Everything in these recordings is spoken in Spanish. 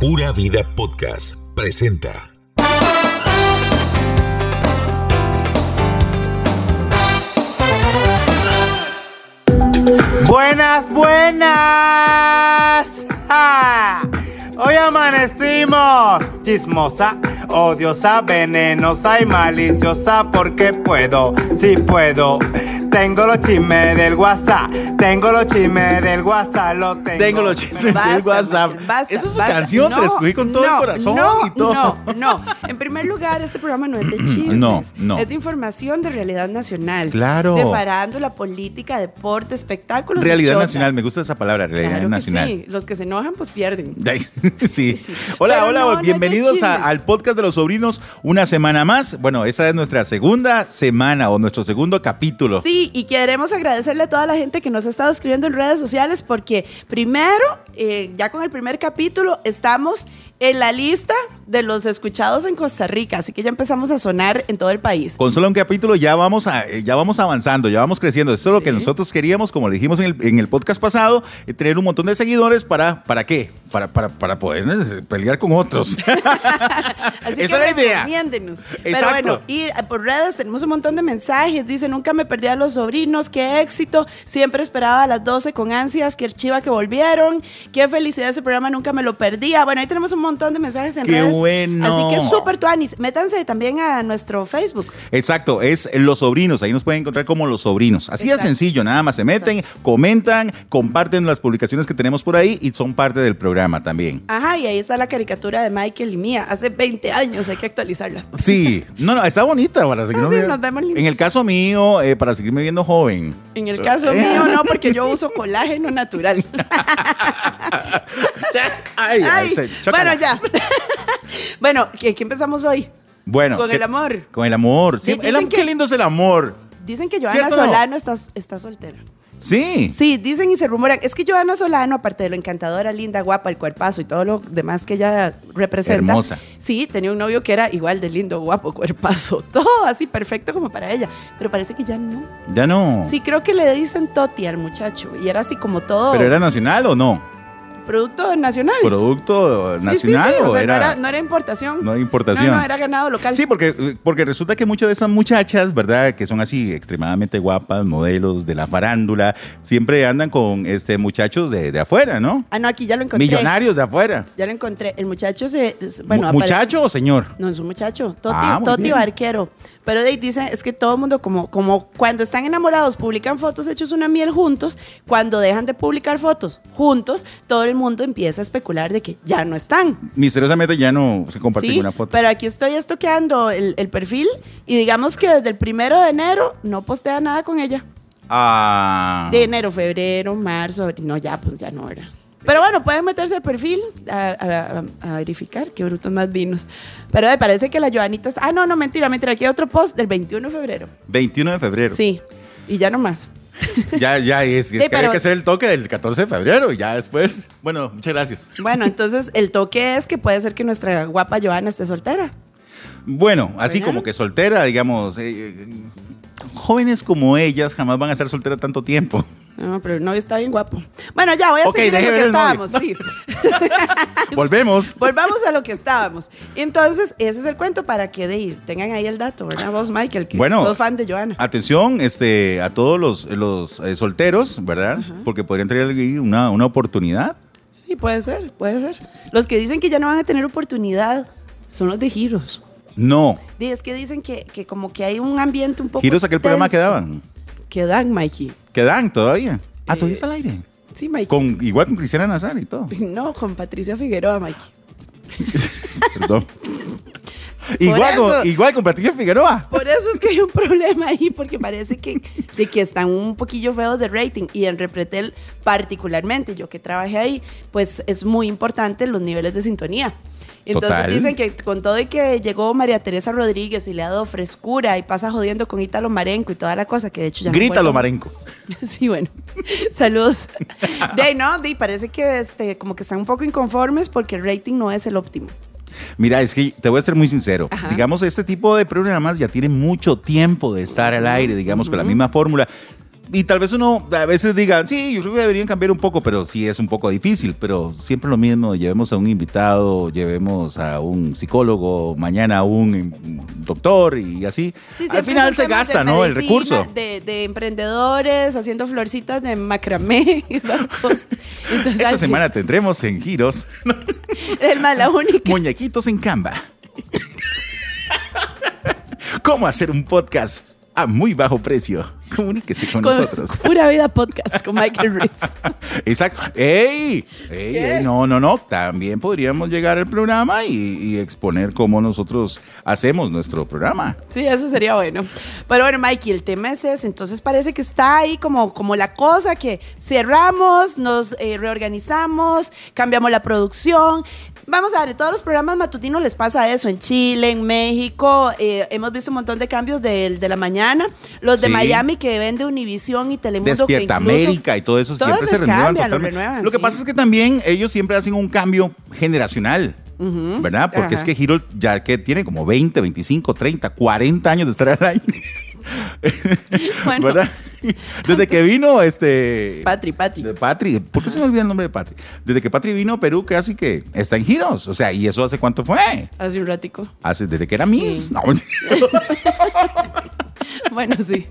Pura Vida Podcast presenta. Buenas, buenas. ¡Ja! Hoy amanecimos. Chismosa, odiosa, venenosa y maliciosa porque puedo, si puedo. Tengo los chismes del WhatsApp, tengo los chismes del WhatsApp, lo tengo. Tengo los chismes del Basta, WhatsApp. Michelle, basta, Esa es su basta. canción, te No, la escogí con todo el no, corazón no, y todo. No, no. En primer lugar, este programa no es de chismes. No, no. Es de información de realidad nacional. Claro. De farándula, política, deporte, espectáculos. y Realidad chota. nacional, me gusta esa palabra, realidad Claro que nacional. sí. Los que se enojan, pues pierden. Ay, sí. sí. Hola, Pero hola, no, no es de bienvenidos a- chismes. al podcast de los sobrinos, una semana más. Bueno, esa es nuestra segunda semana o nuestro segundo capítulo. Sí, y queremos agradecerle a toda la gente que nos ha estado escribiendo en redes sociales porque primero, eh, ya con el primer capítulo, estamos en la lista de los escuchados en Costa Rica, así que ya empezamos a sonar en todo el país. Con solo un capítulo ya vamos, a, eh, ya vamos avanzando, ya vamos creciendo. Eso es lo que nosotros queríamos, como le dijimos en el, en el podcast pasado, eh, tener un montón de seguidores para, ¿para qué? Para, para, para poder eh, pelear con otros. Así Esa que es la idea. recomiéndenos. Pero Exacto. bueno, y eh, por redes tenemos un montón de mensajes. Dice, nunca me perdí a los sobrinos, qué éxito. Siempre esperaba a las 12 con ansias, qué chiva que volvieron. Qué felicidad ese programa, nunca me lo perdía. Bueno, ahí tenemos un montón de mensajes en Qué redes. bueno. Así que súper tuanis. Métanse también a nuestro Facebook. Exacto, es los sobrinos, ahí nos pueden encontrar como los sobrinos. Así Exacto. de sencillo, nada más se meten, comentan, comparten las publicaciones que tenemos por ahí y son parte del programa también. Ajá, y ahí está la caricatura de Michael y mía. Hace 20 años, hay que actualizarla. Sí, no, no, está bonita para seguirnos Ah, sí, viendo. nos vemos lindos. En el caso mío, eh, para seguirme viendo joven. En el caso Eh. mío, no, porque yo uso colágeno natural. Ay, Ay, este, chócala. bueno, ya. bueno, ¿qué, qué empezamos hoy? Bueno, Con ¿qué- el amor. Con el amor. Sí, Di- dicen el am- que- Qué lindo es el amor. Dicen que Joana ¿Cierto o no? Solano está, está soltera. Sí. Sí, dicen y se rumoran. Es que Joana Solano, aparte de lo encantadora, linda, guapa, el cuerpazo y todo lo demás que ella representa. Hermosa. Sí, tenía un novio que era igual de lindo, guapo, cuerpazo, todo así perfecto como para ella. Pero parece que ya no. Ya no. Sí, creo que le dicen Toti al muchacho. Y era así como todo ¿Pero era nacional o no? producto nacional. ¿Producto Sí, sí, nacional sí, o o sea, era? No, era, no era importación. No era importación. No, no, era ganado local. Sí, porque, eh, porque resulta que muchas de esas muchachas, ¿verdad? Que son así extremadamente guapas, modelos de la farándula, siempre andan con este muchachos de, de afuera, ¿no? Ah, no, aquí ya lo encontré. Millonarios de afuera. Ya lo encontré. El muchacho se. es- Bueno, Mu- apare- ¿Muchacho o señor? No, es un muchacho. Toti, Ah, muy Toti bien. Barquero. Pero de ahí dice, es que todo el mundo, como, como cuando están enamorados, publican fotos hechos una miel juntos. Cuando dejan de publicar fotos juntos, todo el mundo empieza a especular de que ya no están. Misteriosamente ya no se compartió Sí, una foto. pero aquí estoy estoqueando el, el perfil y digamos que desde el primero de enero no postea nada con ella. Ah. De enero, febrero, marzo, abri- no, ya, pues ya no era. Pero bueno, pueden meterse al perfil a, a- a- a verificar qué brutos más vinos. Pero me parece que la Joanita está. Ah, no, no, mentira, mentira. Aquí hay otro post del 21 de febrero. 21 de febrero. Sí, y ya no más. Ya, ya es. es Sí, que había pero- que hacer el toque del 14 de febrero y ya después. Bueno, muchas gracias. Bueno, entonces el toque es que puede ser que nuestra guapa Joana esté soltera. Bueno, así Bueno. como que soltera, digamos. eh, eh, jóvenes como ellas jamás van a estar soltera tanto tiempo. No, pero el novio está bien guapo. Bueno, ya voy a Ok, seguir en deje lo que ver el novio. estábamos. sí. Volvemos. Volvamos a lo que estábamos. Entonces, ese es el cuento para que de ahí tengan ahí el dato, ¿verdad? Vos, Michael, que Bueno, sos fan de Joana. Atención este, a todos los, los eh, solteros, ¿verdad? Porque podrían tener ahí una, una oportunidad. Sí, puede ser, puede ser. Los que dicen que ya no van a tener oportunidad son los de giros. No. Di, Es que dicen que, que como que hay un ambiente un poco. Giros aquel programa que tenso. daban. Que dan, Mikey. Que dan todavía. Eh, Ah, todavía está al aire. Sí, Mikey. Con, igual con Cristiana Nazar y todo. No, con Patricia Figueroa, Mikey. Perdón. igual, eso. con, igual con Patricia Figueroa. Por eso es que hay un problema ahí, porque parece que, de que están un poquillo feos de rating. Y en Repretel, particularmente, yo que trabajé ahí, pues es muy importante los niveles de sintonía. Entonces Total. dicen que con todo y que llegó María Teresa Rodríguez y le ha dado frescura y pasa jodiendo con Ítalo Marenco y toda la cosa, que de hecho ya no Grítalo, vuelvo. Marenco. Sí, bueno. Saludos. De ahí, no, de ahí parece que este, como que están un poco inconformes porque el rating no es el óptimo. Mira, es que te voy a ser muy sincero. Ajá. Digamos, este tipo de programas ya tienen mucho tiempo de estar al aire, digamos, con la misma fórmula. y tal vez uno a veces diga, sí, yo creo que deberían cambiar un poco, pero sí es un poco difícil, pero siempre lo mismo, llevemos a un invitado, llevemos a un psicólogo, mañana a un mm, doctor y así. Sí, Al siempre final son se temas de gasta, ¿no? El medicina, recurso. De, de emprendedores, haciendo florcitas de macramé, esas cosas. Entonces, Esta así, semana tendremos en giros El mala única. muñequitos en Canva. ¿Cómo hacer un podcast a muy bajo precio? Comuníquese con Con nosotros. Pura Vida Podcast con Michael Reese. Exacto. ¡Ey! ¡Ey, ey! No, no, no. También podríamos llegar al programa y, y exponer cómo nosotros hacemos nuestro programa. Sí, eso sería bueno. Pero bueno, Mikey, el tema es ese. Entonces parece que está ahí como, como la cosa que cerramos, nos eh, reorganizamos, cambiamos la producción. Vamos a ver, en todos los programas matutinos les pasa eso, en Chile, en México, eh, hemos visto un montón de cambios del de la mañana, los de Sí. Miami que vende Univisión y Telemundo. Despierta que incluso- América y todo eso Todos siempre se les renuevan cambian, los totalmente. renuevan, Lo que sí. pasa es que también ellos siempre hacen un cambio generacional. ¿Verdad? Porque es Ajá. que Harold ya que tiene como 20, 25, 30, 40 años de estar al aire, Bueno, ¿verdad? Desde que vino este Patri, Patri. De Patri. ¿Por qué se me olvida el nombre de Patri? Desde que Patri vino a Perú, casi que está en giros. O sea, ¿y eso hace cuánto fue? Hace un ratico. Hace desde que era Sí. Miss. No, mentira. Bueno, sí.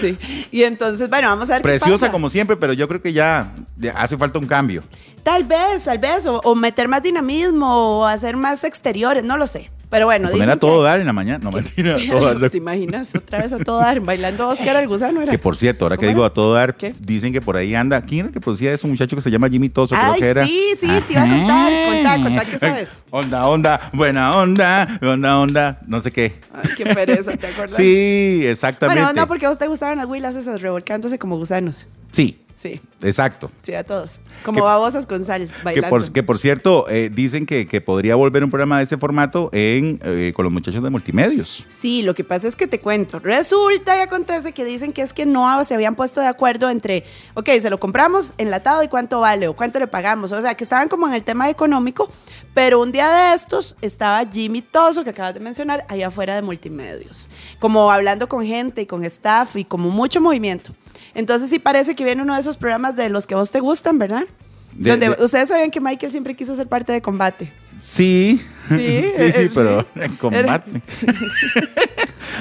sí. Y entonces, bueno, vamos a ver. qué preciosa pasa. como siempre, pero yo creo que ya ya hace falta un cambio. Tal vez, tal vez, o, o meter más dinamismo, o hacer más exteriores, no lo sé. Pero bueno, Poner a dicen todo que- dar en la mañana. No, mentira. a todo dar. ¿Te imaginas otra vez a todo dar bailando Oscar al gusano? Era? Que por cierto, ahora que ¿Cómo digo era? a todo dar, ¿Qué? dicen que por ahí anda. ¿Quién era el que producía eso? Un muchacho que se llama Jimmy Toso, creo Ay, que era. sí, sí, te iba a contar, contá, contá, ¿qué sabes? Ay, Onda, onda, buena onda, onda, onda, no sé qué. Ay, qué pereza, ¿te acuerdas? Sí, exactamente. Bueno, no, porque a vos te gustaban las huilas esas revolcándose como gusanos. Sí, Sí, exacto. sí, a todos. Como Que- babosas con sal, Que bailando. por, que por cierto, eh, dicen que, que podría volver un programa de ese formato en, eh, con los muchachos de multimedios. Sí, lo que pasa es que te cuento. Resulta y acontece que dicen que es que no se habían puesto de acuerdo entre, ok, se lo compramos enlatado y cuánto vale o cuánto le pagamos. O sea, que estaban como en el tema económico, pero un día de estos estaba Jimmy Toso, que acabas de mencionar, allá afuera de multimedios, como hablando con gente y con staff y como mucho movimiento. Entonces sí parece que viene uno de esos programas de los que a vos te gustan, ¿verdad? De- Donde de- ustedes sabían que Michael siempre quiso ser parte de combate. Sí. Sí, sí, eh, sí, eh, pero sí. en combate.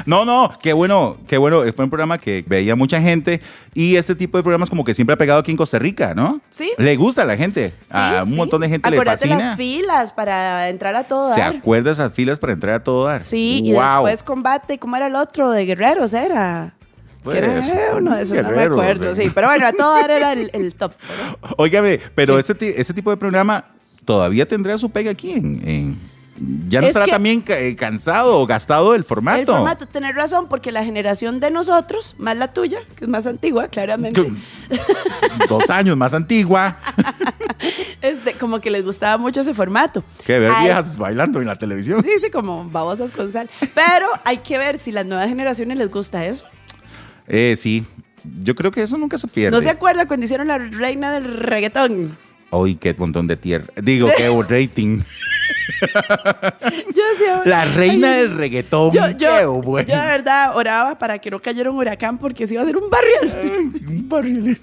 No, no, qué bueno, qué bueno. Fue un programa que veía mucha gente y este tipo de programas como que siempre ha pegado aquí en Costa Rica, ¿no? Sí. Le gusta a la gente. Sí, a Ah, un sí. montón de gente Acordate le las fascina. filas para entrar a todo Se dar. acuerda esas filas para entrar a todo dar. Sí, y Guau. después combate, ¿cómo era el otro? De guerreros era. Pues, Que era uno de esos, no me guerreros, acuerdo, eh. sí. Pero bueno, a todo dar era el, el top. ¿verdad? Óigame, pero este, ti- este tipo de programa todavía tendrá su pega aquí en... en- ya no Es estará que- también ca- eh, cansado o gastado el formato. El formato, tenés razón, porque la generación de nosotros, más la tuya, que es más antigua, claramente, Que- Dos años más antigua. este, como que les gustaba mucho ese formato. Que ver Ay, viejas bailando en la televisión. Sí, sí, como babosas con sal. Pero hay que ver si las nuevas generaciones les gusta eso. Eh, sí. Yo creo que eso nunca se pierde. ¿No se acuerda cuando hicieron la reina del reggaetón? Ay, qué montón de tierra. Digo, qué rating. Yo decía, La reina "Ay, del reggaetón. Yo, yo, qué bueno. yo de verdad oraba para que no cayera un huracán porque se iba a hacer un barrio. Un barrilero.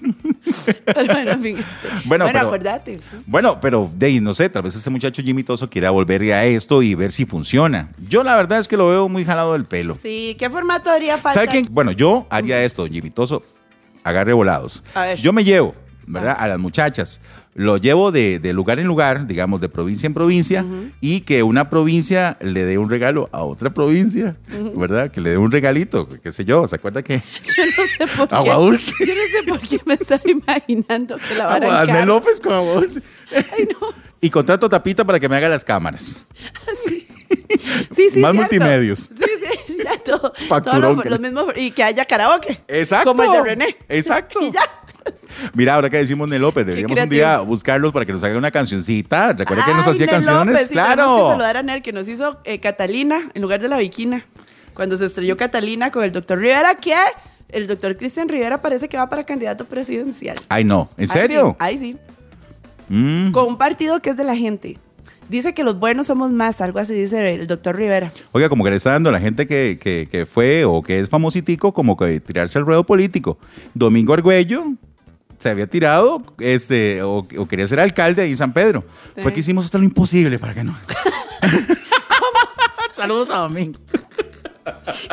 Pero bueno, en fin. Bueno, pero- acordate. sí. Bueno, pero de ahí, no sé, tal vez ese muchacho Jimmy Toso quiera volver a esto y ver si funciona. Yo la verdad es que lo veo muy jalado del pelo. Sí, ¿qué formato haría falta? ¿Sabe quién? Bueno, yo haría esto, Jimmy Toso. Agarre volados. A ver. Ah. Yo me llevo, ¿verdad? A las muchachas. Lo llevo de, de lugar en lugar, digamos, de provincia en provincia, y que una provincia le dé un regalo a otra provincia, ¿verdad? Que le dé un regalito, qué sé yo, ¿se acuerda que? Yo no sé por qué. Agua dulce. Yo no sé por qué me estaba imaginando que la van a Aguadalme encar- López con agua dulce. Ay, no. Y contrato a Tapita para que me haga las cámaras. Sí, sí, sí, Más cierto. multimedios. Sí, sí, ya todo. Facturón, todos los- que- los mismos- y que haya karaoke. Exacto. Como el de René. Exacto. Y ya. Mira, ahora que decimos Nel López, deberíamos un creativo. día buscarlos para que nos haga una cancioncita. Recuerda que él nos Ay, hacía Nel canciones. López, sí, Tenemos claro. que saludar a Nel, que nos hizo eh, Catalina en lugar de la Viquina. Cuando se estrelló Catalina con el doctor Rivera, que el doctor Cristian Rivera parece que va para candidato presidencial. Ay, no. ¿En serio? Mm. Ay, sí. ay, sí. Con un partido que es de la gente. Dice que los buenos somos más, algo así dice el doctor Rivera. Oiga, como que le está dando a la gente que, que- que fue o que es famositico, como que tirarse al ruedo político. Domingo Argüello se había tirado este, o, o quería ser alcalde ahí en San Pedro. Sí. Fue que hicimos hasta lo imposible para que no. Saludos a Domingo.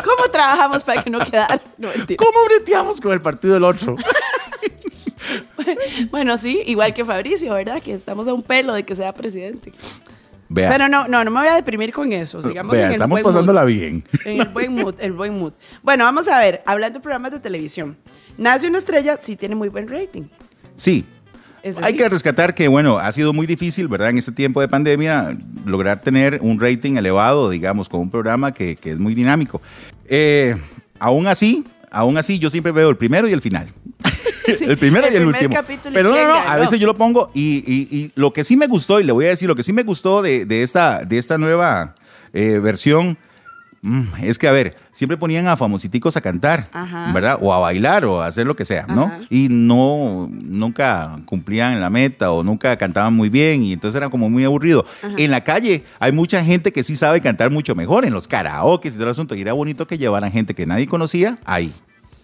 ¿Cómo trabajamos para que no quedara? No, mentira. ¿Cómo breteamos con el partido del otro? Bueno, sí, igual que Fabricio, ¿verdad? Que estamos a un pelo de que sea presidente. Vea, Pero no, no, no me voy a deprimir con eso. Sigamos vea, en el estamos buen mood. pasándola bien. En el buen mood, el buen mood. Bueno, vamos a ver, hablando de programas de televisión. Nace una estrella, sí tiene muy buen rating. Sí. Es Hay así. que rescatar que, bueno, ha sido muy difícil, ¿verdad? En este tiempo de pandemia, lograr tener un rating elevado, digamos, con un programa que, que es muy dinámico. Eh, aún así, aún así, yo siempre veo el primero y el final. Sí, el primero y el primer último. capítulo y Pero no, no, quién no, a ganó. veces yo lo pongo y, y- y lo que sí me gustó, y le voy a decir, lo que sí me gustó de, de esta, de esta nueva eh, versión Mm, Es que, a ver, siempre ponían a famositicos a cantar, Ajá. ¿verdad? O a bailar o a hacer lo que sea, Ajá. ¿no? Y no, nunca cumplían la meta o nunca cantaban muy bien y entonces era como muy aburrido. En la calle hay mucha gente que sí sabe cantar mucho mejor, en los karaoke y todo el asunto. Y era bonito que llevaran gente que nadie conocía ahí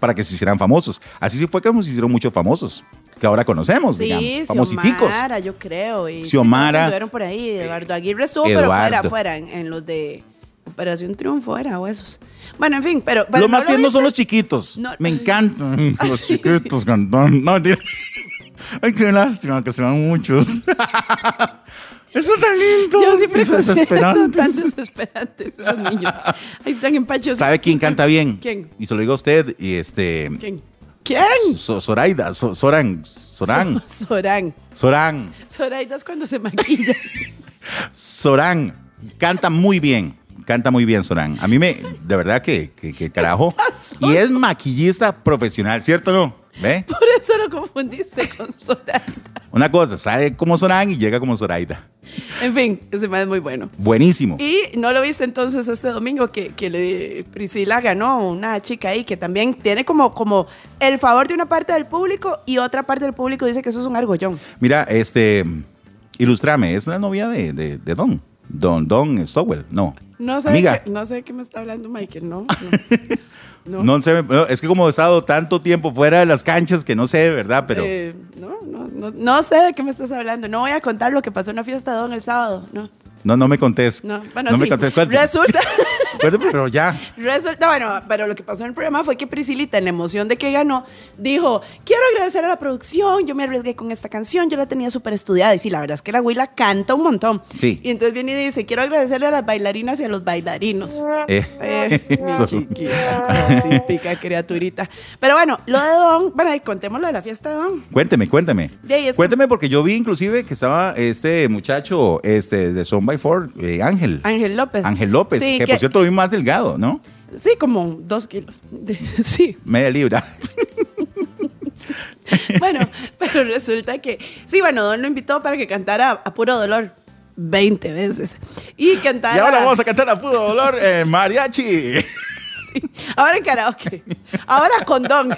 para que se hicieran famosos. Así sí fue como se hicieron muchos famosos, que ahora conocemos, digamos. Famositicos. Xiomara, yo creo. Y sí, Xiomara. todos anduvieron por ahí. Eduardo Aguirre estuvo, pero fuera, Eduardo. fuera, en, en los de Operación Triunfo era o esos. Bueno, en fin, pero. pero lo no más tierno son viste. los chiquitos. No. Me encantan Ah, los sí, chiquitos cantando. No, mentira. Ay, qué lástima que se van muchos. Eso tan lindo. Yo siempre Eso es considero- son desesperante. tan desesperantes esos niños. Ahí están en Pacho. ¿Sabe quién canta bien? ¿Quién? Y se lo digo a usted, y este. ¿Quién? ¿Quién? So- Zoraida, So- Során, Során, Során. Során, Zoraida es cuando se maquilla. Során. Canta muy bien. Canta muy bien, Során. A mí me, de verdad que, que, que carajo. solo. Y es maquillista profesional, ¿cierto o no? ¿Ve? Por eso lo confundiste con Zoraida. Una cosa, sale como Során y llega como Zoraida. En fin, ese man es muy bueno. Buenísimo. Y no lo viste entonces este domingo que, que le- Priscila ganó una chica ahí que también tiene como, como el favor de una parte del público y otra parte del público dice que eso es un argollón. Mira, este, ilustrame, es la novia de, de- de Don. Don, Don Stowell, no. No sé, Amiga, qué- no sé de qué me está hablando Michael, no. No, no. no sé, no, es que como he estado tanto tiempo fuera de las canchas que no sé, ¿verdad? Pero Eh, no, no, no, no sé de qué me estás hablando. No voy a contar lo que pasó en la fiesta de Don el sábado. No, no, no me contés. no. Bueno, no me sí. contés. cuéntame. Resulta. Cuéntame, pero ya. Resulta, bueno, pero lo que pasó en el programa fue que Priscilita, en la emoción de que ganó, dijo, quiero agradecer a la producción, yo me arriesgué con esta canción, yo la tenía súper estudiada. Y sí, la verdad es que la Huila canta un montón. Sí. Y entonces viene y dice, quiero agradecerle a las bailarinas y a los bailarinos. Eh, Es eso. chiquita, cosítica, criaturita. Pero bueno, lo de Don, bueno, y contémoslo de la fiesta de Don. Cuénteme, cuénteme. De ahí es- Cuénteme porque yo vi inclusive que estaba este muchacho este, de Son by Four, eh, Ángel. Ángel López. Ángel López, Sí, que, por cierto lo vi más delgado, ¿no? Sí, como dos kilos. Sí, Media libra. Bueno, pero resulta que. Sí, bueno, Don lo invitó para que cantara a puro dolor 20 veces. Y cantara. Y ahora vamos a cantar a puro dolor eh, mariachi. sí, ahora en karaoke. Ahora con Don.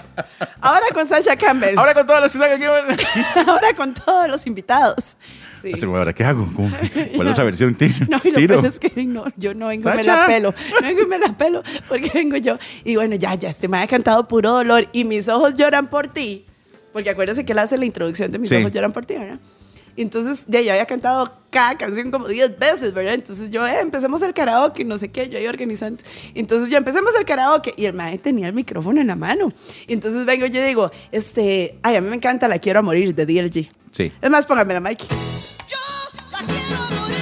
Ahora con Sasha Campbell. Ahora, Ahora con todos los que están aquí. con todos los invitados. Sí. Así como, ahora, ¿qué hago? ¿Cómo? ¿Cuál otra versión ti- No, y lo tiro? peor es que no, yo no vengo y me la Sacha. pelo. No vengo y me la pelo porque vengo yo. Y bueno, ya, ya, este me ha cantado puro dolor y mis ojos lloran por ti. Porque acuérdese que él hace la introducción de mis Sí. ojos lloran por ti, ¿verdad? Y Entonces, de ahí había cantado cada canción como 10 veces, ¿verdad? Entonces yo, eh, empecemos el karaoke, no sé qué, yo ahí organizando. Entonces yo, empecemos el karaoke. Y el maestro tenía el micrófono en la mano. Y entonces vengo yo y digo, este, ay, a mí me encanta La Quiero a Morir de DLG. Sí. Es más, póngamela, Mike. Yo la quiero morir.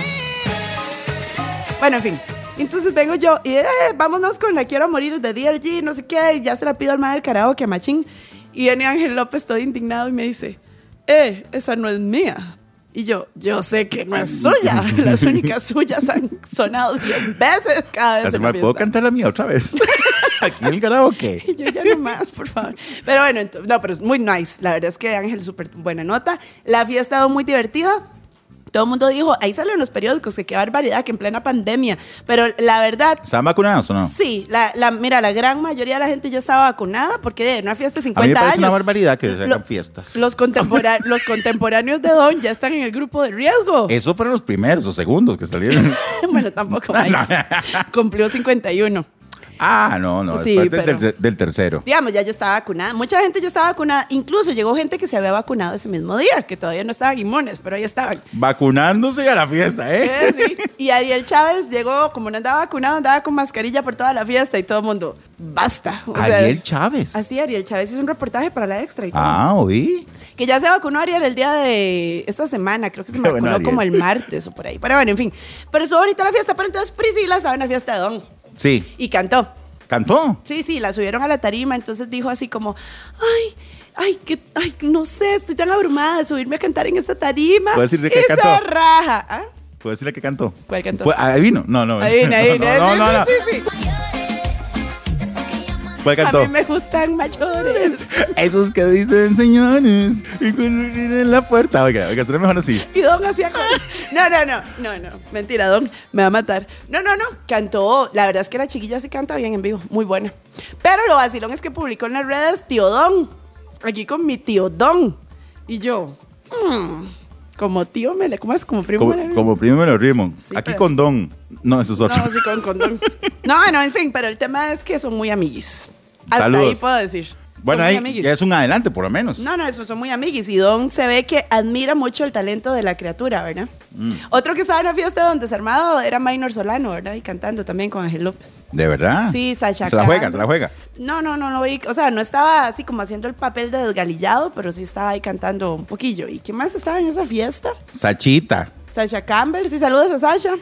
Bueno, en fin. Entonces vengo yo y eh, vámonos con la quiero morir de DLG, no sé qué, y ya se la pido al madre del karaoke, a Machín. Y viene Ángel López todo indignado y me dice, eh, esa no es mía. Y yo, yo sé que no es suya. Las únicas suyas han sonado 10 veces cada vez Así, en la ma, ¿Puedo fiesta". cantar la mía otra vez? aquí en el karaoke. Y yo ya no más, por favor. Pero bueno, ento- no, pero es muy nice. La verdad es que Ángel, súper buena nota. La fiesta ha estado muy divertida. Todo el mundo dijo, ahí salen los periódicos, que qué barbaridad, que en plena pandemia. Pero la verdad, ¿Están vacunados o no? Sí, la, la- mira, la gran mayoría de la gente ya estaba vacunada porque de una fiesta A de mí me 50 parece años. una barbaridad que se hagan Lo- fiestas. Los, contempora- los contemporáneos de Don ya están en el grupo de riesgo. Esos fueron los primeros o segundos que salieron. bueno, tampoco. Mike. Cumplió 51. ah, no, no. es Sí, parte pero- del, del tercero. Digamos, ya yo estaba vacunada. Mucha gente ya estaba vacunada. Incluso llegó gente que se había vacunado ese mismo día, que todavía no estaban inmunes, pero ahí estaban. Vacunándose a la fiesta, ¿eh? Eh, sí. Y Ariel Chávez llegó, como no andaba vacunado, andaba con mascarilla por toda la fiesta y todo el mundo, basta. O sea, Ariel Chávez. Así, Ariel Chávez hizo un reportaje para la extra y todo. Ah, oí. Que ya se vacunó Ariel el día de esta semana, creo que se Qué vacunó bueno, Ariel. como el martes o por ahí. Pero bueno, en fin. Pero estuvo bonita la fiesta, pero entonces Priscila estaba en la fiesta de Don Sí. y cantó. ¿Cantó? Sí, sí, la subieron a la tarima, entonces dijo así como, ay, ay, que, ay, no sé, estoy tan abrumada de subirme a cantar en esta tarima. ¿Puedo decirle que y se cantó? raja. ¿Ah? ¿Puedo decirle que cantó? ¿Cuál cantó? Pues, Adivino. No, no. Adivina, no, adivina. No, no, no. Sí, sí, sí, sí. ¿Cuál A cantó? mí me gustan mayores. Esos que dicen señores y cuando vienen en la puerta. Oiga, oiga, suena mejor así. Y Don hacía cosas. No, no, no, no, no. Mentira, Don. Me va a matar. No, no, no. Cantó. La verdad es que la chiquilla sí canta bien en vivo. Muy buena. Pero lo vacilón es que publicó en las redes Tío Don. Aquí con mi tío Don. Y yo. mm, como tío me le. ¿Cómo es? Como primo me Como, le- como primero me lo rimo. Sí, Aquí pero- con Don. No, eso es otro. No, sí, con condón. No, no, en fin, pero el tema es que son muy amiguis. Hasta Saludos. ahí puedo decir. Son bueno, muy ahí amiguis. ya es un adelante, por lo menos. No, no, eso son muy amiguis. Y Don se ve que admira mucho el talento de la criatura, ¿verdad? Mm. Otro que estaba en la fiesta de Don Desarmado era Maynor Solano, ¿verdad? Y cantando también con Ángel López. ¿De verdad? Sí, Sacha Se la juega, Khan. se la juega. No, no, no, no vi. O sea, no estaba así como haciendo el papel de desgalillado, pero sí estaba ahí cantando un poquillo. ¿Y quién más estaba en esa fiesta? Sachita. Sasha Campbell. Sí, saludos a Sasha.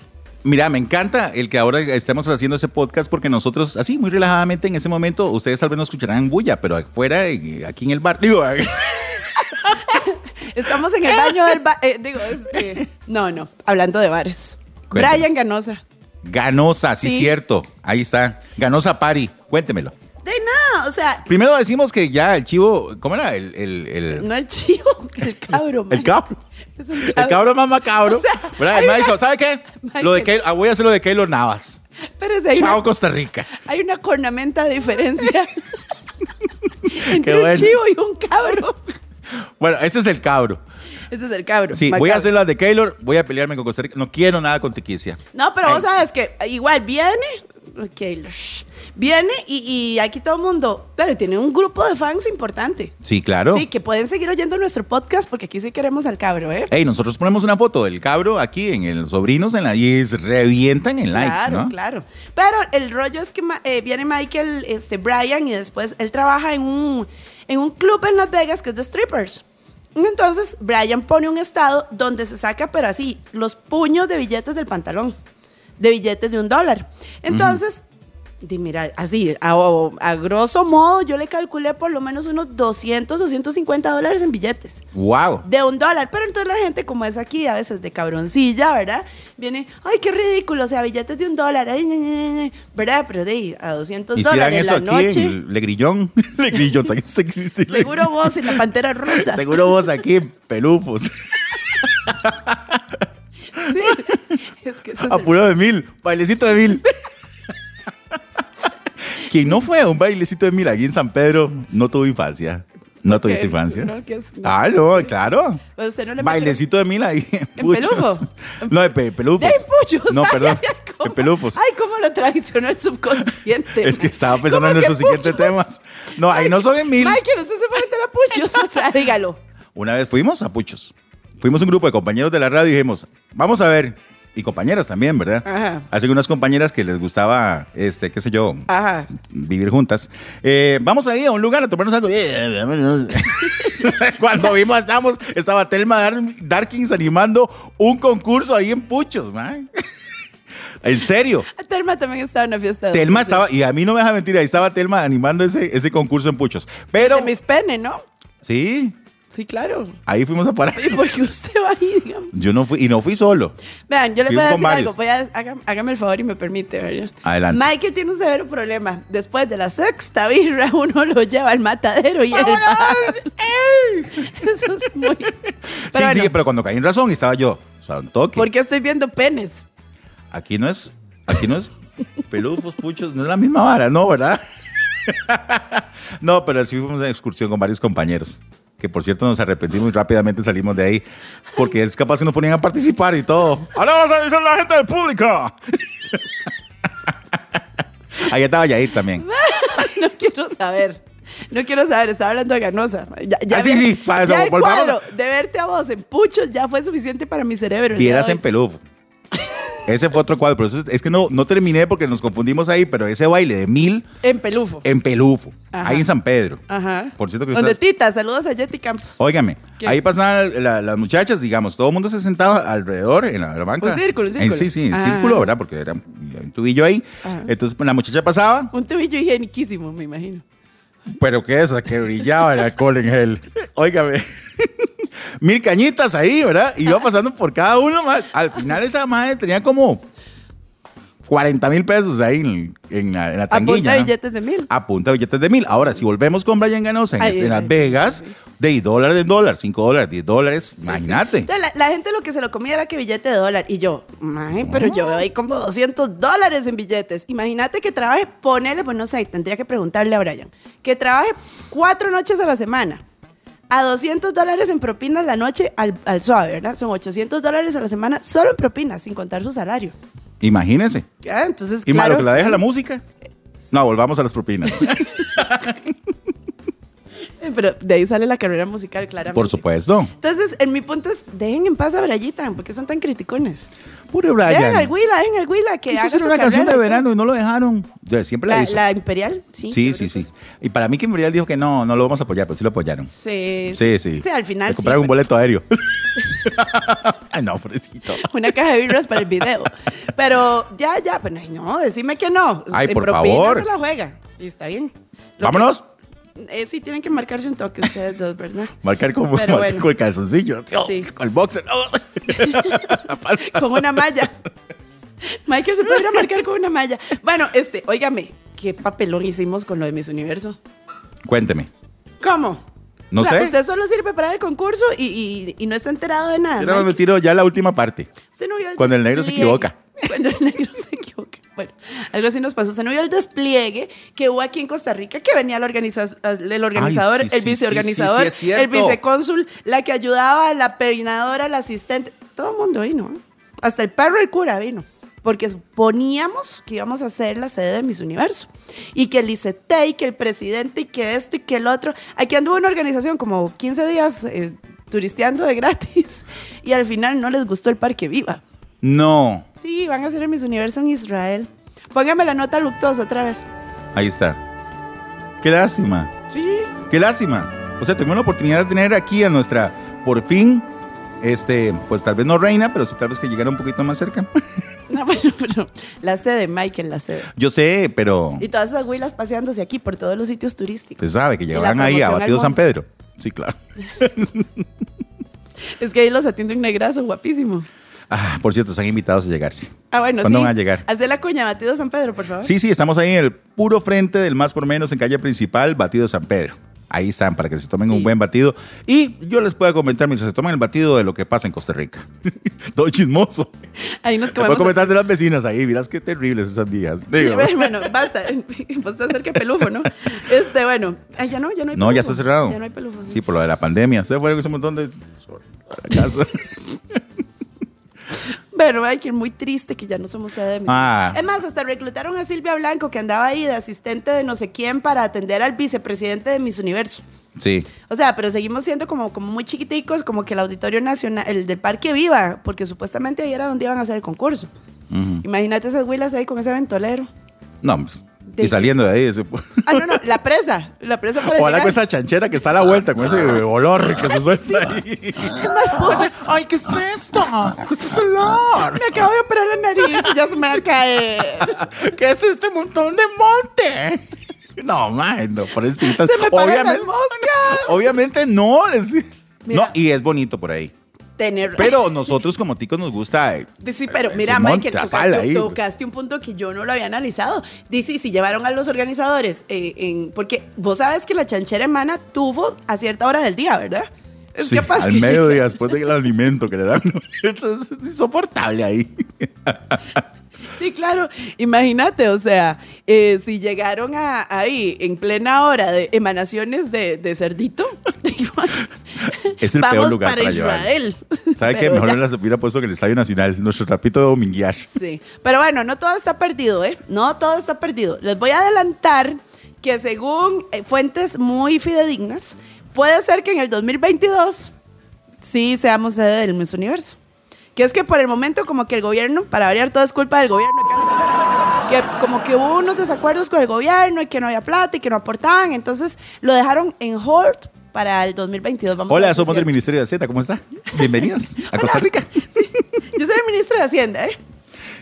Mira, me encanta el que ahora estemos haciendo ese podcast porque nosotros, así, muy relajadamente en ese momento, ustedes tal vez no escucharán bulla, pero afuera, eh, aquí en el bar, digo, Estamos Eh. en el baño del bar. digo, este. No, no, hablando de bares. Cuéntame. Brian Ganosa. ganosa, sí, Sí. cierto. Ahí está. Ganosa Pari. Cuéntemelo. De nada, o sea, Primero decimos que ya el chivo, ¿cómo era? El, el, el, no el chivo, el cabro. el Mike. cabro. Es un El cabro más macabro. O sea, ¿Verdad? hay El una- maestro, ¿sabe qué? Michael. Lo de Keylor- ah, voy a hacer lo de Keylor Navas. Espérese, hay, Chao, una, Costa Rica. hay una cornamenta de diferencia entre un bueno. chivo y un cabro. Bueno, ese es el cabro. Ese es el cabro. Sí, mal voy a cabro. hacer la de Keylor, voy a pelearme con Costa Rica. No quiero nada con Tiquicia. No, pero vos Ay. sabes que igual viene. ok, shh, Viene y, y aquí todo el mundo. Pero tiene un grupo de fans importante. Sí, claro. Sí, que pueden seguir oyendo nuestro podcast porque aquí sí queremos al cabro, ¿eh? Ey, nosotros ponemos una foto del cabro aquí en el sobrinos en la, y se revientan en likes, claro, ¿no? claro. Pero el rollo es que ma- eh, viene Michael, este, Brian, y después él trabaja en un, en un club en Las Vegas que es de strippers. Y Entonces, Brian pone un estado donde se saca, pero así, los puños de billetes del pantalón, de billetes de un dólar. Entonces, di, mira, así, a, a grosso modo, yo le calculé por lo menos unos 200, 250 dólares en billetes Wow. de un dólar. Pero entonces la gente, como es aquí, a veces de cabroncilla, ¿verdad? Viene, ay, qué ridículo, o sea, billetes de un dólar, ay, ñe, ñe, ñe, ñe", ¿verdad? Pero de ahí, a 200 Hicieran dólares eso la aquí noche. en Legrillón. Legrillón. también se- Seguro vos y la pantera rosa. Seguro vos aquí en pelufos. Sí. Es que eso es el- Apurado de mil. Bailecito de mil. Quien no fue a un bailecito de mil aquí en San Pedro no tuvo infancia. ¿No tuviste infancia? no, que es- no. Ah, no, claro. Pero usted no le mete- Bailecito de mil ahí. en ¿En Puchos. Pelufo? No, de pe- pelufos. De puchos. No, ay, perdón. ay, ay, cómo- En pelufos. Ay, cómo lo traicionó el subconsciente. Es que estaba pensando ¿Cómo en que nuestros siguientes puchos? temas. No, ahí no son en mil. Michael, usted se fue a meter a puchos. O sea, dígalo. Una vez fuimos a Puchos. Fuimos un grupo de compañeros de la radio y dijimos, vamos a ver. Y compañeras también, ¿verdad? Ajá. Así que unas compañeras que les gustaba, este, qué sé yo, Ajá. vivir juntas. Eh, vamos ahí a un lugar a tomarnos algo. Eh, Cuando vimos, estábamos, estaba Telma Dar- Darkins animando un concurso ahí en Puchos, man. En serio. Telma también estaba en la fiesta. de- Telma estaba, y a mí no me deja mentir, ahí estaba Telma animando ese, ese concurso en Puchos. Pero, De mis penes, ¿no? sí, Sí, claro. Ahí fuimos a parar. ¿Y por qué usted va ahí, digamos? Yo no fui, y no fui solo. Vean, yo les Fui voy a con decir varios. algo. Voy a, haga- hágame el favor y me permite, ¿verdad? Adelante. Michael tiene un severo problema. Después de la sexta birra, uno lo lleva al matadero y él va. Eso es muy. Pero sí, bueno, sí, pero cuando caí en razón y estaba yo, o sea, un toque. ¿Por qué estoy viendo penes? Aquí no es, aquí no es pelufos, puchos, no es la misma vara, no, ¿verdad? no, pero sí fuimos en excursión con varios compañeros. Que por cierto nos arrepentimos y rápidamente salimos de ahí. Porque es capaz que nos ponían a participar y todo. ¡Ahora vamos a decir la gente del público! Ahí estaba Yair también. No quiero saber. No quiero saber, estaba hablando de Ganosa. Ya, ya Ah, sí, vi- sí, sabes, ya el volvamos. cuadro de verte a vos en puchos ya fue suficiente para mi cerebro. el día Vieras de en hoy. pelufo. Ese fue otro cuadro, pero eso es, es que no, no terminé porque nos confundimos ahí, pero ese baile de mil en pelufo. en Pelufo, Ajá. ahí en San Pedro. Ajá. Eh, Por cierto que Donde usted- Tita, saludos a Yeti Campos. Óigame, ¿Qué? ahí pasaban la- las muchachas, digamos, todo el mundo se sentaba alrededor en la, la banca. Un círculo, un En- círculo. sí, sí, en Ah. círculo, ¿verdad? Porque era un tubillo ahí. Ajá. Entonces pues, la muchacha pasaba, Un tubillo higieniquísimo, me imagino. pero qué esa que brillaba el alcohol en él. Óigame. Mil cañitas ahí, ¿verdad? Y iba pasando por cada uno más. Al final esa madre tenía como 40 mil pesos ahí en, en la, en la A punta tanguilla. de ¿no? billetes de mil. apunta billetes de mil. Ahora, si volvemos con Brian Ganosa en, Ay, este- en ay, Las ay, Vegas, de dólar en dólar, 5 dólares, 10 dólares, Sí, sí. imagínate. Entonces, La, la gente lo que se lo comía era que billete de dólar. Y yo, "Mae, pero yo veo ahí como 200 dólares en billetes. Imagínate que trabaje, ponele, pues no sé, tendría que preguntarle a Brian, que trabaje cuatro noches a la semana. A 200 dólares en propinas la noche al, al suave, ¿verdad? Son 800 dólares a la semana solo en propinas, sin contar su salario. Imagínense. Ah, Entonces, Y claro, malo que la deja la música. No, volvamos a las propinas. eh, pero de ahí sale la carrera musical, claramente. Por supuesto. Entonces, en mi punto es, dejen en paz a Brayita, porque son tan criticones. Pobre Dejen al Brian. Huila, dejen al Huila, que Quiso haga hacer su una canción de carrera. verano y no lo dejaron. Ya, Siempre la, La, hizo. la imperial, sí. pues. sí, yo sí, creo que sí. Y para mí que Muriel dijo que no, no lo vamos a apoyar, pero sí lo apoyaron. Sí, Sí, sí. Sí, al final Le sí, pues. compraron un pero- boleto aéreo. Ay, no, pobrecito. Una caja de birras para el video. Pero ya, ya, pero ay, no, decime que no. Ay, En por propina favor. se la juega. Y está bien. Lo que- Vámonos. eh, sí, tienen que marcarse un toque ustedes dos, ¿verdad? Marcar con, Pero marcar bueno. con el calzoncillo. tío, Sí. Con el boxer. con una malla. Michael se podría marcar con una malla. Bueno, este, óigame, qué papelón hicimos con lo de Miss Universo. Cuénteme. ¿Cómo? No O sea, sé. Usted solo sirve para el concurso y, y- y no está enterado de nada. Yo nada más Michael. me tiro ya la última parte. Usted no vio el Cuando el negro se despliegue. equivoca. Cuando el negro se equivoca. Bueno, algo así nos pasó. Usted no vio el despliegue que hubo aquí en Costa Rica, que venía el, organiza- el organizador, sí, sí, el sí, viceorganizador, sí, sí, es el cierto. vicecónsul, la que ayudaba, la peinadora, la asistente. Todo el mundo vino. ¿eh? Hasta el perro el cura vino. Porque suponíamos que íbamos a ser la sede de Miss Universo. Y que el ICT, y que el presidente, y que esto, y que el otro. Aquí anduvo una organización como 15 días eh, turisteando de gratis. Y al final no les gustó el Parque Viva. No. Sí, van a hacer el Miss Universo en Israel. Póngame la nota luctuosa otra vez. Ahí está. Qué lástima. Sí. Qué lástima. O sea, tuvimos la oportunidad de tener aquí a nuestra, por fin, este, pues tal vez no reina, pero sí tal vez que llegara un poquito más cerca. No, bueno, pero la sede, Michael, la sede. Yo sé, pero Y todas esas huilas paseándose aquí por todos los sitios turísticos. se sabe que la llegaban ahí a promoción al Batido San mundo. Pedro. Sí, claro. Es que ahí los atiende un negrazo guapísimo. Ah, por cierto, están invitados a llegar, sí. Ah, bueno, ¿Cuándo sí. van a llegar? Hacé la cuña, batido San Pedro, por favor. Sí, sí, estamos ahí en el puro frente del más por menos en calle principal, Batido San Pedro. Ahí están para que se tomen un Sí. buen batido. Y yo les puedo comentar mientras se toman el batido de lo que pasa en Costa Rica. Todo chismoso. Ahí nos Te puedo comemos. comentar de las vecinas ahí. Miras qué terribles esas viejas. Digo, Bueno, basta. Pues Vos estás cerca de pelufo, ¿no? Este, bueno. Ah, ya no, ya no hay no, ya pelufo. está cerrado. Ya no hay pelufo. Sí, por lo de la pandemia. Se fueron ese montón de. a la casa. Pero hay que ir muy triste que ya no somos sede de mis- Ah. Es más, hasta reclutaron a Silvia Blanco, que andaba ahí de asistente de no sé quién para atender al vicepresidente de Miss Universo. sí. O sea, pero seguimos siendo como, como muy chiquiticos, como que el Auditorio Nacional, el del Parque Viva, porque supuestamente ahí era donde iban a hacer el concurso. Imagínate esas huilas ahí con ese ventolero. No, pues, De- Y saliendo de ahí. se- Ah, no, no, la presa. La presa para Ojalá llegar. con esa chanchera que está a la vuelta, con Ah. ese olor que se suelta ahí. Ay, ¿qué es esto? ¿Qué es este olor? Me acabo de operar la nariz y ya se me va a caer. ¿Qué es este montón de monte? No, man, no, pobrecitas. Se me paran las moscas. obviamente no. les- Mira. No, y es bonito por ahí. Tener. Pero nosotros como ticos nos gusta... eh, Sí, pero eh, mira, se Michael, monta, tocaste, sale ahí. tocaste un punto que yo no lo había analizado. Dice, si llevaron a los organizadores, eh, en- porque vos sabes que la chanchera hermana tuvo a cierta hora del día, ¿verdad? Es Sí, capaz al que- mediodía, después del alimento que le dan. Eso es insoportable ahí. Sí, claro. Imagínate, o sea, eh, si llegaron a, ahí en plena hora de emanaciones de, de cerdito, Es el vamos peor lugar para, para llevar. Israel. ¿Sabe qué? Pero Mejor ya. me las hubiera puesto que el Estadio Nacional, nuestro trapito de dominguear. Sí, pero bueno, no todo está perdido, ¿eh? No todo está perdido. Les voy a adelantar que según eh, fuentes muy fidedignas, puede ser que en el 2022 sí seamos sede del Miss Universo. Que es que por el momento como que el gobierno, para variar, todo es culpa del gobierno. Que que como que hubo unos desacuerdos con el gobierno y que no había plata y que no aportaban, entonces lo dejaron en hold para el 2022. Vamos a Hola, ver si es somos del cierto. Ministerio de Hacienda. ¿Cómo está? Bienvenidos a Costa Rica. Yo soy el ministro de Hacienda, ¿eh?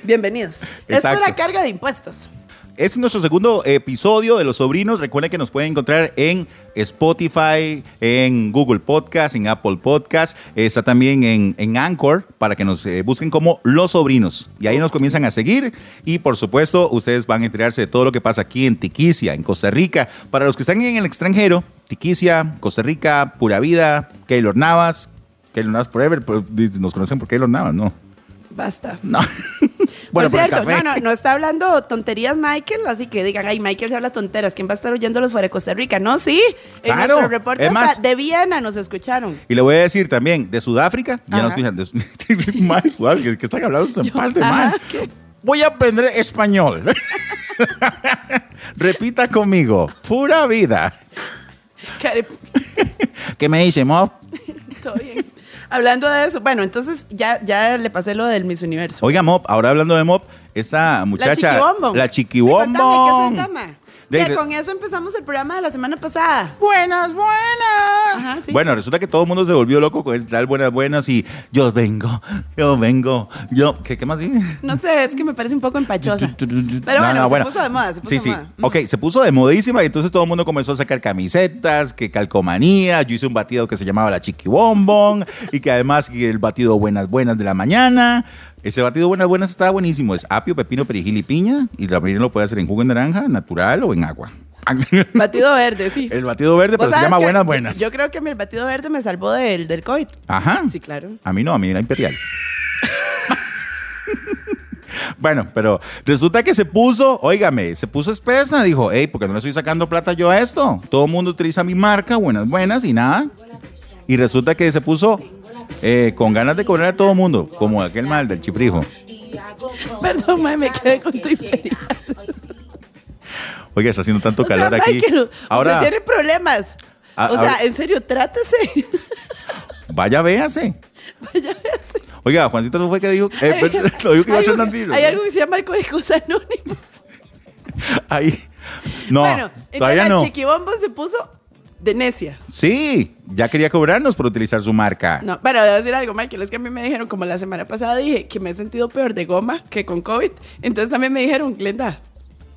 Bienvenidos. Esto es Exacto. la carga de impuestos. Es nuestro segundo episodio de Los Sobrinos. Recuerden que nos pueden encontrar en Spotify, en Google Podcast, en Apple Podcast. Está también en, en Anchor para que nos eh, busquen como Los Sobrinos. Y ahí nos comienzan a seguir. Y por supuesto, ustedes van a enterarse de todo lo que pasa aquí en Tiquicia, en Costa Rica. Para los que están en el extranjero, Tiquicia, Costa Rica, Pura Vida, Keylor Navas. Keylor Navas Forever, pues, nos conocen por Keylor Navas, ¿no? Basta. No. por Por el cierto, café. no, no, no está hablando tonterías Michael, así que digan, ay, Michael se habla tonteras, ¿quién va a estar oyéndolos fuera de Costa Rica? No, sí, en Claro, nuestro reporte es más- hasta de Viena nos escucharon. Y le voy a decir también, de Sudáfrica, ya nos Ajá. ah, fijan, de Su- más Sudáfrica, que están hablando esta parte, ajá, man. Voy a aprender español. Repita conmigo, pura vida. Care- ¿Qué me dice, Mo? Todo bien. Hablando de eso, bueno, entonces ya, ya le pasé lo del Miss Universo. Oiga, Mop, ahora hablando de Mop, esta La muchacha. chiquibombón. La Sí, chiquibombón. contame, ¿qué es el tema? De- Ya, de- con eso empezamos el programa de la semana pasada. Buenas, buenas. Ajá, sí. Bueno, resulta que todo el mundo se volvió loco con el tal buenas, buenas y yo vengo, yo vengo, yo. ¿Qué, qué más dije? No sé, es que me parece un poco empachosa. Pero No, bueno, no, se puso de moda, se puso sí, de sí. moda. Ok, se puso de modísima y entonces todo el mundo comenzó a sacar camisetas, que calcomanía. Yo hice un batido que se llamaba la chiquibombón y que además que el batido buenas buenas de la mañana. Ese batido buenas buenas estaba buenísimo. Es apio, pepino, perejil y piña. Y también lo puede hacer en jugo de naranja, natural o en agua. Batido verde, sí. el batido verde, ¿Vos pero se Pues, sabes llama que buenas buenas. Yo creo que a mí el batido verde me salvó del, del COVID. Ajá. Sí, claro. A mí no, a mí la imperial. bueno, pero resulta que se puso, óigame, se puso espesa. Dijo, hey, porque no le estoy sacando plata yo a esto? Todo el mundo utiliza mi marca, buenas, buenas y nada. Y resulta que se puso eh, con ganas de cobrar a todo el mundo, como aquel mal del chifrijo. Perdón, mae, me quedé con tu imperial. Oiga, está haciendo tanto O sea, calor aquí. Michael, Ahora, Ah, usted tiene problemas. A- o sea, ahora- en serio, trátese. vaya, véase. Vaya, véase. Oiga, Juancito no fue que dijo, eh, lo dijo que iba a Hay ser un- un antivirus, Hay ¿no? algo que se llama alcohólicos anónimos. Ahí. No, bueno, todavía entonces no. la chiquibomba se puso de necia. Sí, ya quería cobrarnos por utilizar su marca. No, pero voy a decir algo, Michael, es que a mí me dijeron, como la semana pasada dije, que me he sentido peor de goma que con COVID. Entonces también me dijeron, Glenda,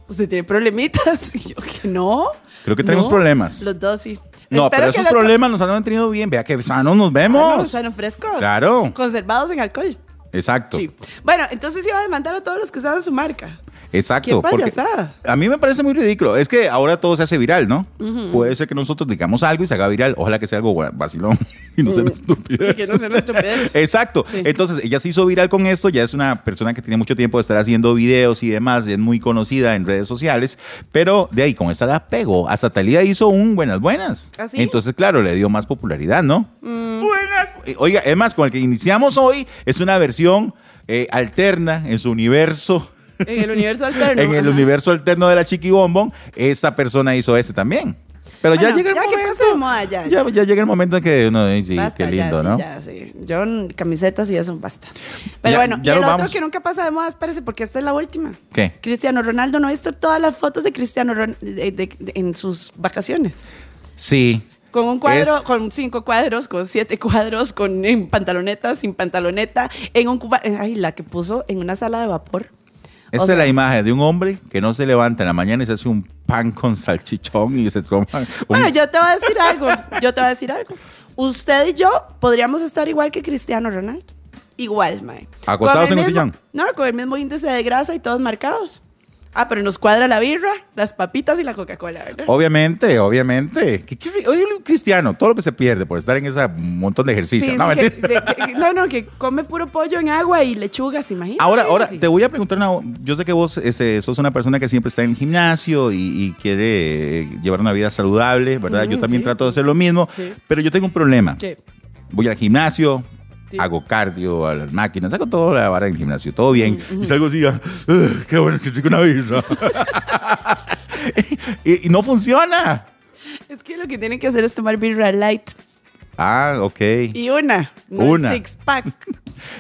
usted tiene problemitas. Y yo, que no. Creo que tenemos No, problemas. Los dos, sí. No, pero Espero que esos los- problemas nos han mantenido bien. Vea que sanos nos Ah, no, vemos. están frescos. Claro. Conservados en alcohol. Exacto. Sí. Bueno, entonces iba a demandar a todos los que usaban su marca. Exacto. Qué porque payasada. a mí me parece muy ridículo. Es que ahora todo se hace viral, ¿no? Puede ser que nosotros digamos algo y se haga viral. Ojalá que sea algo gua- vacilón y no sea una estupidez. Sí, que no sea una estupidez. Exacto. Sí. Entonces, ella se hizo viral con esto. Ya es una persona que tiene mucho tiempo de estar haciendo videos y demás. y es muy conocida en redes sociales. Pero de ahí, con esta la pegó. Hasta Talía hizo un buenas, buenas. ¿Ah, sí? Mm. Entonces, claro, le dio más popularidad, ¿no? Buenas. eh, Oiga, es más, con el que iniciamos hoy es una versión eh, alterna en su universo. En el universo alterno. en el Ajá. universo alterno de la Chiqui Bombón, esta persona hizo ese también. Pero ya Bueno, llega el ya que momento. pase de moda, ya, ya, ya llega el momento en que uno dice, Basta, qué lindo, ya, sí, ¿no? ya, sí. Yo mm, camisetas y eso, basta. Pero Ya- bueno, ya y el nos otro vamos. que nunca pasa de moda, espérese, porque esta es la última. ¿Qué? Cristiano Ronaldo, no he visto todas las fotos de Cristiano Ron- de- de- de- en sus vacaciones. Sí. Con un cuadro, Es- con cinco cuadros, con siete cuadros, con en pantaloneta, sin pantaloneta, en un cuba, ay, la que puso en una sala de vapor. O Esta sea, es la imagen de un hombre que no se levanta en la mañana y se hace un pan con salchichón y se toma. un- Bueno, yo te voy a decir algo. Yo te voy a decir algo. usted y yo podríamos estar igual que Cristiano Ronaldo. Igual, mae. ¿Acostados Con en el un mismo- sillón? No, con el mismo índice de grasa y todos marcados. Ah, pero nos cuadra la birra, las papitas y la Coca-Cola, ¿verdad? Obviamente, obviamente. ¿Qué- qué ri- Oye, Cristiano, todo lo que se pierde por estar en ese montón de Sí, ejercicio. sí, no, que- mentira. de- que- no, no, que come puro pollo en agua y lechugas, imagínate. Ahora, ahora Sí. te voy a preguntar una. Yo sé que vos este, sos una persona que siempre está en el gimnasio y, y quiere eh, llevar una vida saludable, ¿verdad? yo Mm, también sí. trato de hacer lo mismo, Sí. pero yo tengo un problema. ¿Qué? Voy al gimnasio, Sí. hago cardio a las máquinas, hago toda la vara en el gimnasio, todo bien. Mm, Y salgo así, ah, "Ugh, qué bueno que tengo una birra. y, y no funciona. Es que lo que tienen que hacer es tomar birra light Ah, ok. y una, no Una. six pack.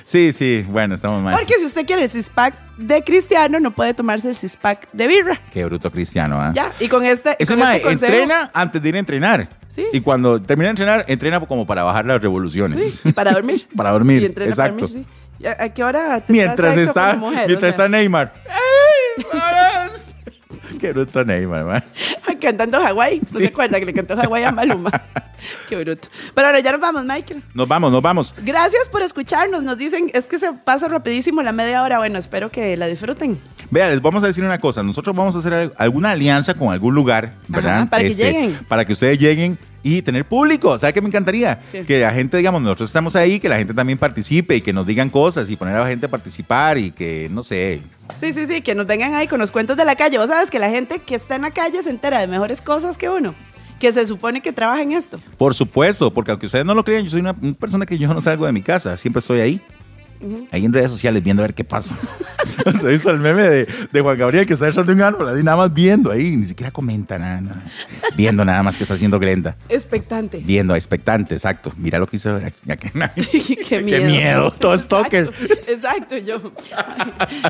Sí, sí, bueno, estamos mal. Porque si usted quiere el six pack de Cristiano, no puede tomarse el six pack de birra. Qué bruto cristiano, ¿ah? Ya, y con este. Ese con mae este consejo- entrena antes de ir a entrenar. Sí. Y cuando termina de entrenar, entrena como para bajar las revoluciones. Sí, y para dormir. Para dormir, Y entrena exacto. para dormir, sí. ¿Y ¿A, a qué hora tendrá Mientras sexo con está, la mujer? mientras O sea, está Neymar. ¡Ey! ¡Varas! Qué bruto Neymar, mae. Cantando Hawái. ¿No se acuerda que le cantó Hawái a Maluma? qué bruto. Pero bueno, ya nos vamos, Michael. Nos vamos, nos vamos. Gracias por escucharnos. Nos dicen, es que se pasa rapidísimo la media hora. Bueno, espero que la disfruten. Vea, les vamos a decir una cosa. Nosotros vamos a hacer al- alguna alianza con algún lugar, ¿verdad? para que lleguen. Para que ustedes lleguen y tener público. ¿Sabes qué me encantaría? ¿Qué? Que la gente, digamos, nosotros estamos ahí, que la gente también participe y que nos digan cosas y poner a la gente a participar y que, no sé, Sí, sí, sí, que nos vengan ahí con los cuentos de la calle. Vos sabes que la gente que está en la calle se entera de mejores cosas que uno, que se supone que trabaja en esto. Por supuesto, porque aunque ustedes no lo crean, yo soy una, una persona que yo no salgo de mi casa, siempre estoy ahí. Ahí en redes sociales viendo a ver qué pasa. Se hizo el meme de, de Juan Gabriel que está echando un árbol, ahí nada más viendo ahí, ni siquiera comenta nada, nada. Viendo nada más que está haciendo Glenda. Expectante. Viendo, expectante, exacto. Mira lo que hizo. ya que- Qué miedo. miedo, todo stalker. Exacto, exacto, yo.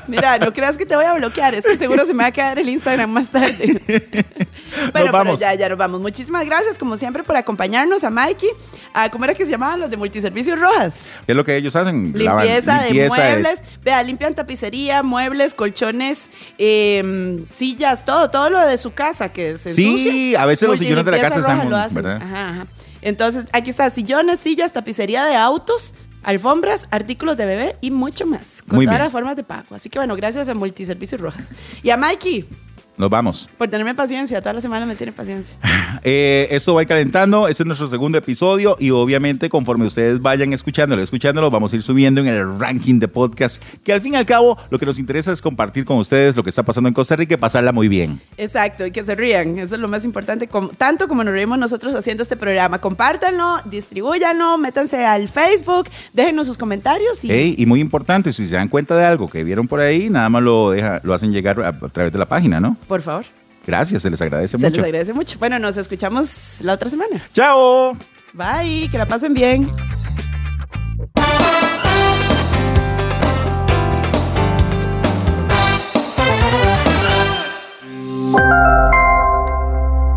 Mira, no creas que te voy a bloquear, es que seguro se me va a quedar el Instagram más tarde. Pero, pero vamos. ya, ya nos vamos. Muchísimas gracias, como siempre, por acompañarnos a Mikey, a cómo era que se llamaban los de Multiservicios Rojas. ¿Qué es lo que ellos hacen? Lavan- Limpieza, limpieza de muebles, vea, limpian tapicería, muebles, colchones, em, sillas, todo, todo lo de su casa que se Sí, ensucia. a veces los Multi- sillones de la limpieza casa están roja lo jun- hacen. ¿verdad? Ajá, ajá. Entonces, aquí está, sillones, sillas, tapicería de autos, alfombras, artículos de bebé y mucho más, con Muy todas bien. las formas de pago. Así que bueno, gracias a Multiservicios Rojas. Y a Mikey Nos vamos. por tenerme paciencia, toda la semana me tiene paciencia. Eh, esto va a ir calentando. Este es nuestro segundo episodio. Y obviamente, conforme ustedes vayan escuchándolo, escuchándolo, vamos a ir subiendo en el ranking de podcast. Que al fin y al cabo, lo que nos interesa es compartir con ustedes lo que está pasando en Costa Rica y pasarla muy bien. Exacto, y que se rían, eso es lo más importante, como- tanto como nos reímos nosotros haciendo este programa. Compártanlo, distribúyanlo, métanse al Facebook, déjenos sus comentarios y Ey, ¿eh? y muy importante, si se dan cuenta de algo que vieron por ahí, nada más lo, deja- lo hacen llegar a, a través de la página, ¿no? por favor, Gracias, se les agradece se mucho. les agradece mucho. Bueno, nos escuchamos la otra semana. ¡Chao! Bye, que la pasen bien.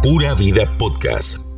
Pura Vida Podcast